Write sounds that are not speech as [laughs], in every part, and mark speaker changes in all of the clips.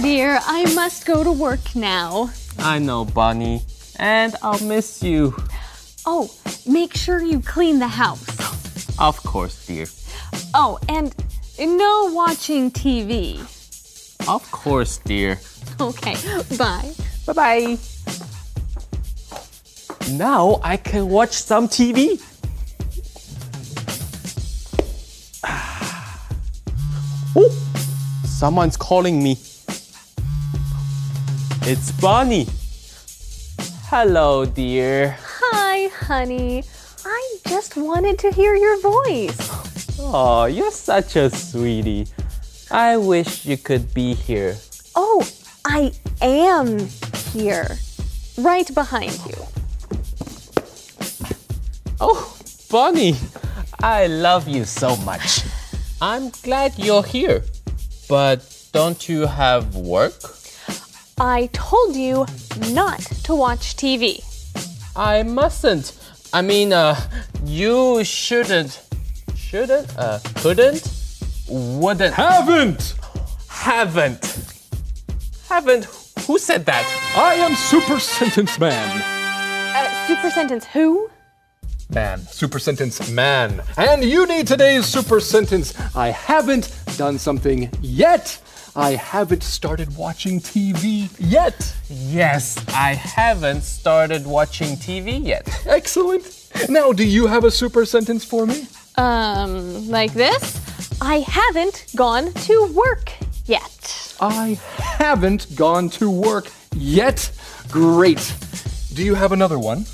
Speaker 1: dear, I must go to work now.
Speaker 2: I know, Bonnie. And I'll miss you.
Speaker 1: Oh, make sure you clean the house.
Speaker 2: Of course, dear.
Speaker 1: Oh, and no watching TV.
Speaker 2: Of course, dear.
Speaker 1: [laughs] Okay, bye.
Speaker 2: Bye bye. Now I can watch some [sighs] TV. oh, someone's calling me. It's Bonnie. Hello, dear.
Speaker 1: Hi, honey. I just wanted to hear your voice.
Speaker 2: Oh, you're such a sweetie. I wish you could be here.
Speaker 1: Oh, I am here. Right behind you.
Speaker 2: Oh, Bonnie, I love you so much. I'm glad you're here. But don't you have work?
Speaker 1: I told you not to watch TV.
Speaker 2: I mustn't. I mean, uh, you shouldn't. Shouldn't? Uh, couldn't? Wouldn't.
Speaker 3: Haven't!
Speaker 2: Haven't. Haven't. Who said that?
Speaker 3: I am Super Sentence Man.
Speaker 1: Uh, super sentence who?
Speaker 3: Man. Super Sentence Man. And you need today's Super Sentence. I haven't done something yet. I haven't started watching TV yet.
Speaker 2: Yes, I haven't started watching TV yet.
Speaker 3: Excellent. Now, do you have a Super Sentence for me?
Speaker 1: Um, like this? I haven't gone to work yet.
Speaker 3: I haven't gone to work yet. Great. Do you have another one?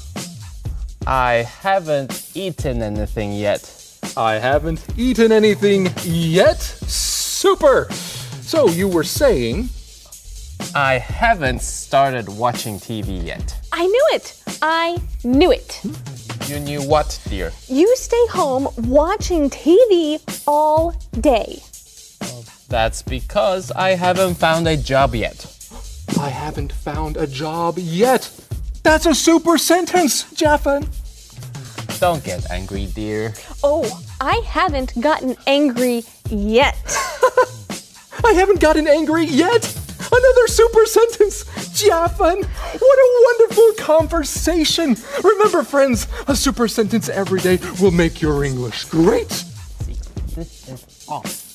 Speaker 2: I haven't eaten anything yet.
Speaker 3: I haven't eaten anything yet. Super. So you were saying
Speaker 2: I haven't started watching TV yet.
Speaker 1: I knew it. I knew it.
Speaker 2: You knew what, dear?
Speaker 1: You stay home watching TV all day.
Speaker 2: That's because I haven't found a job yet.
Speaker 3: I haven't found a job yet. That's a super sentence, Jaffin.
Speaker 2: Don't get angry, dear.
Speaker 1: Oh, I haven't gotten angry yet.
Speaker 3: I haven't gotten angry yet. Another super sentence, Jaffin. What a wonderful conversation. Remember, friends, a super sentence every day will make your English great.
Speaker 2: See, this is off.